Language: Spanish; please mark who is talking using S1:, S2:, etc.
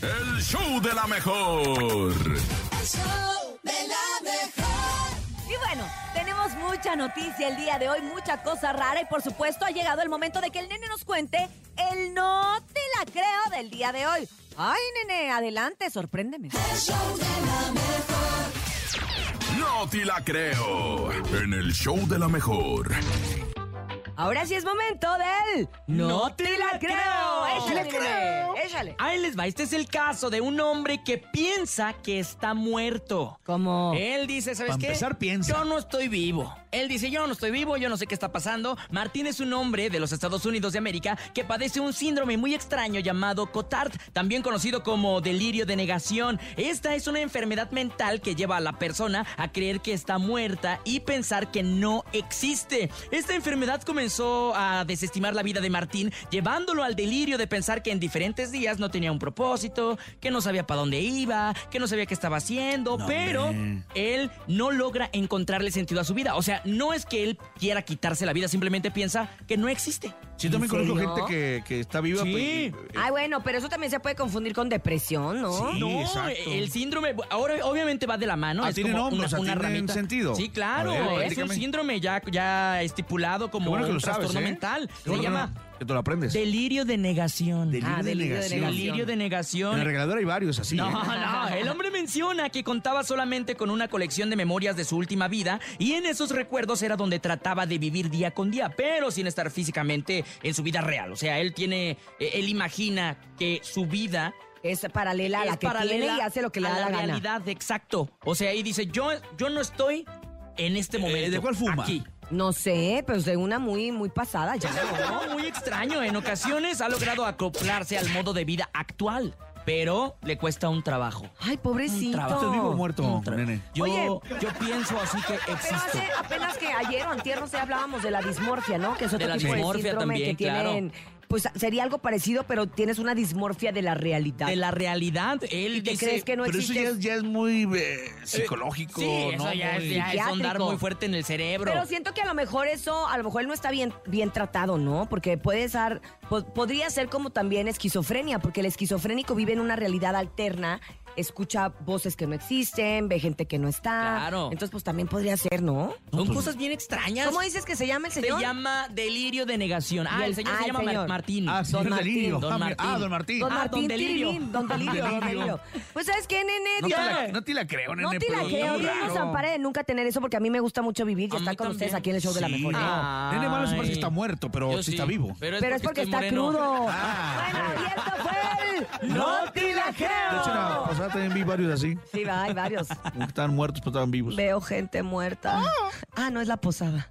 S1: El show de la mejor.
S2: El show de la mejor.
S3: Y bueno, tenemos mucha noticia el día de hoy, mucha cosa rara y por supuesto ha llegado el momento de que el nene nos cuente el no te la creo del día de hoy. Ay, nene, adelante, sorpréndeme.
S2: El show de la mejor.
S1: No te la creo. En el show de la mejor.
S3: Ahora sí es momento del
S4: No te la creo.
S3: Échale,
S4: Te
S3: mi
S4: la
S3: nene, échale.
S4: Ahí les va, este es el caso de un hombre que piensa que está muerto.
S3: ¿Cómo?
S4: Él dice, ¿sabes
S5: Pa'
S4: qué?
S5: empezar, piensa.
S4: Yo no estoy vivo. Él dice, yo no estoy vivo, yo no sé qué está pasando. Martín es un hombre de los Estados Unidos de América que padece un síndrome muy extraño llamado Cotard, también conocido como delirio de negación. Esta es una enfermedad mental que lleva a la persona a creer que está muerta y pensar que no existe. Esta enfermedad comenzó a desestimar la vida de Martín, llevándolo al delirio de pensar que en diferentes días no tenía un propósito, que no sabía para dónde iba, que no sabía qué estaba haciendo,
S5: No,
S4: pero
S5: hombre.
S4: él no logra encontrarle sentido a su vida. O sea, no es que él quiera quitarse la vida, simplemente piensa que no existe.
S5: Sí, también
S3: ¿En
S5: conozco
S3: serio?
S5: gente que, que está viva.
S4: Sí.
S5: pues, y-
S3: Ay, bueno, pero eso también se puede confundir con depresión, ¿no?
S5: Sí.
S4: Ah, No,
S5: exacto.
S4: el síndrome, ahora obviamente va de la mano,
S5: Ah,
S4: es
S5: tiene
S4: como
S5: nombre,
S4: una,
S5: o sea,
S4: una
S5: tiene un
S4: ramita.
S5: sentido.
S4: Sí, claro,
S5: A ver,
S4: es un
S5: platícame.
S4: síndrome ya, ya estipulado
S5: Qué
S4: como
S5: bueno que
S4: un
S5: lo sabes,
S4: trastorno
S5: ¿eh?
S4: mental.
S5: Qué
S4: Se
S5: bueno que
S4: llama
S5: no- que tú lo aprendes.
S4: delirio de negación.
S5: Delirio
S3: Ah,
S5: de
S3: delirio de
S5: negación.
S3: negación.
S4: Delirio de
S5: En el
S4: negación.
S5: regalador hay varios así.
S4: No,
S5: ¿eh?
S4: no, el hombre menciona que contaba solamente con una colección de memorias de su última vida y en esos recuerdos era donde trataba de vivir día con día, pero sin estar físicamente en su vida real. O sea, él tiene, eh, él imagina que su vida
S3: Es paralela a la
S4: es
S3: que
S4: paralela
S3: tiene y hace lo que le
S4: a
S3: da la, gana.
S4: realidad, exacto. O sea, ahí dice, yo, yo no estoy en este momento.
S5: Eh, ¿de cuál fuma?
S4: Aquí.
S3: No sé, pero es de una muy, muy pasada ya.
S4: No, muy extraño. En ocasiones ha logrado acoplarse al modo de vida actual, pero le cuesta un trabajo.
S3: Ay,
S4: Un trabajo.
S5: ¿Estás vivo o
S3: pobrecito.
S5: muerto, nene?
S4: Yo,
S3: Oye.
S4: yo pienso así que
S3: Pero
S4: existo.
S3: hace apenas que ayer o antier, no sé, hablábamos de la dismorfia, ¿no? Que es otro
S4: De la
S3: tipo de
S4: dismorfia
S3: síndrome
S4: también,
S3: que tienen... Pues sería algo parecido, pero tienes una dismorfia de la realidad.
S4: De la realidad, él
S3: y que
S4: dice...
S3: crees que no
S5: Pero eso
S3: existe.
S5: ya es, ya es muy eh, psicológico.
S4: Sí, eso
S5: ¿no?
S4: ya, es,
S5: Muy-
S4: ya es andar
S3: psiquiátrico.
S4: muy fuerte en el cerebro.
S3: Pero siento que a lo mejor eso, a lo mejor él no está bien, bien tratado, ¿no? Porque puede ser, po- podría ser como también esquizofrenia, porque el esquizofrénico vive en una realidad alterna, escucha voces que no existen, ve gente que no está.
S4: Claro.
S3: Entonces, pues también podría ser, ¿no?
S4: Son
S5: pues-
S4: cosas bien extrañas.
S3: ¿Cómo dices que se llama el
S4: Se
S3: señor?
S4: llama delirio de negación.
S3: Y
S4: Ah,
S3: el-
S4: el señor
S3: ah,
S4: se
S3: el
S4: llama Mar-
S3: señor.
S4: Martín.
S5: Ah, señor
S3: Don Martín.
S5: Delirio.
S4: Don
S5: Ah, mi-
S4: Martín.
S5: Ah, don Martín.
S3: Don
S4: Ah,
S3: Martín
S4: don Delirio.
S3: Tirirín, Don Delirio, Don
S5: Delirio.
S3: Delirio. Pues, ¿sabes qué, nene?
S5: No te, la,
S3: Ya-
S5: no te la creo, nene.
S3: No te la
S5: pero
S3: creo,
S5: muy
S3: Dios nos
S5: raro.
S3: ampare de nunca tener eso porque a mí me gusta mucho vivir y
S4: A
S3: estar
S4: mí
S3: con ustedes
S4: también.
S3: aquí en el show de la
S5: Sí, Ah,
S3: mejor.
S5: no.
S3: ¿no?
S4: Ay.
S5: Nene malo se parece que está muerto, pero
S4: Yo sí.
S5: sí está vivo.
S3: Pero es porque está
S4: estoy moreno.
S3: crudo.
S5: Ah.
S3: Bueno, y esto fue el No te la
S5: De hecho, la
S3: creo.
S5: pasada también vi varios así.
S3: Sí, va, hay varios.
S5: como que Estaban muertos, pero estaban vivos.
S3: Veo gente muerta. Ah, no es la posada.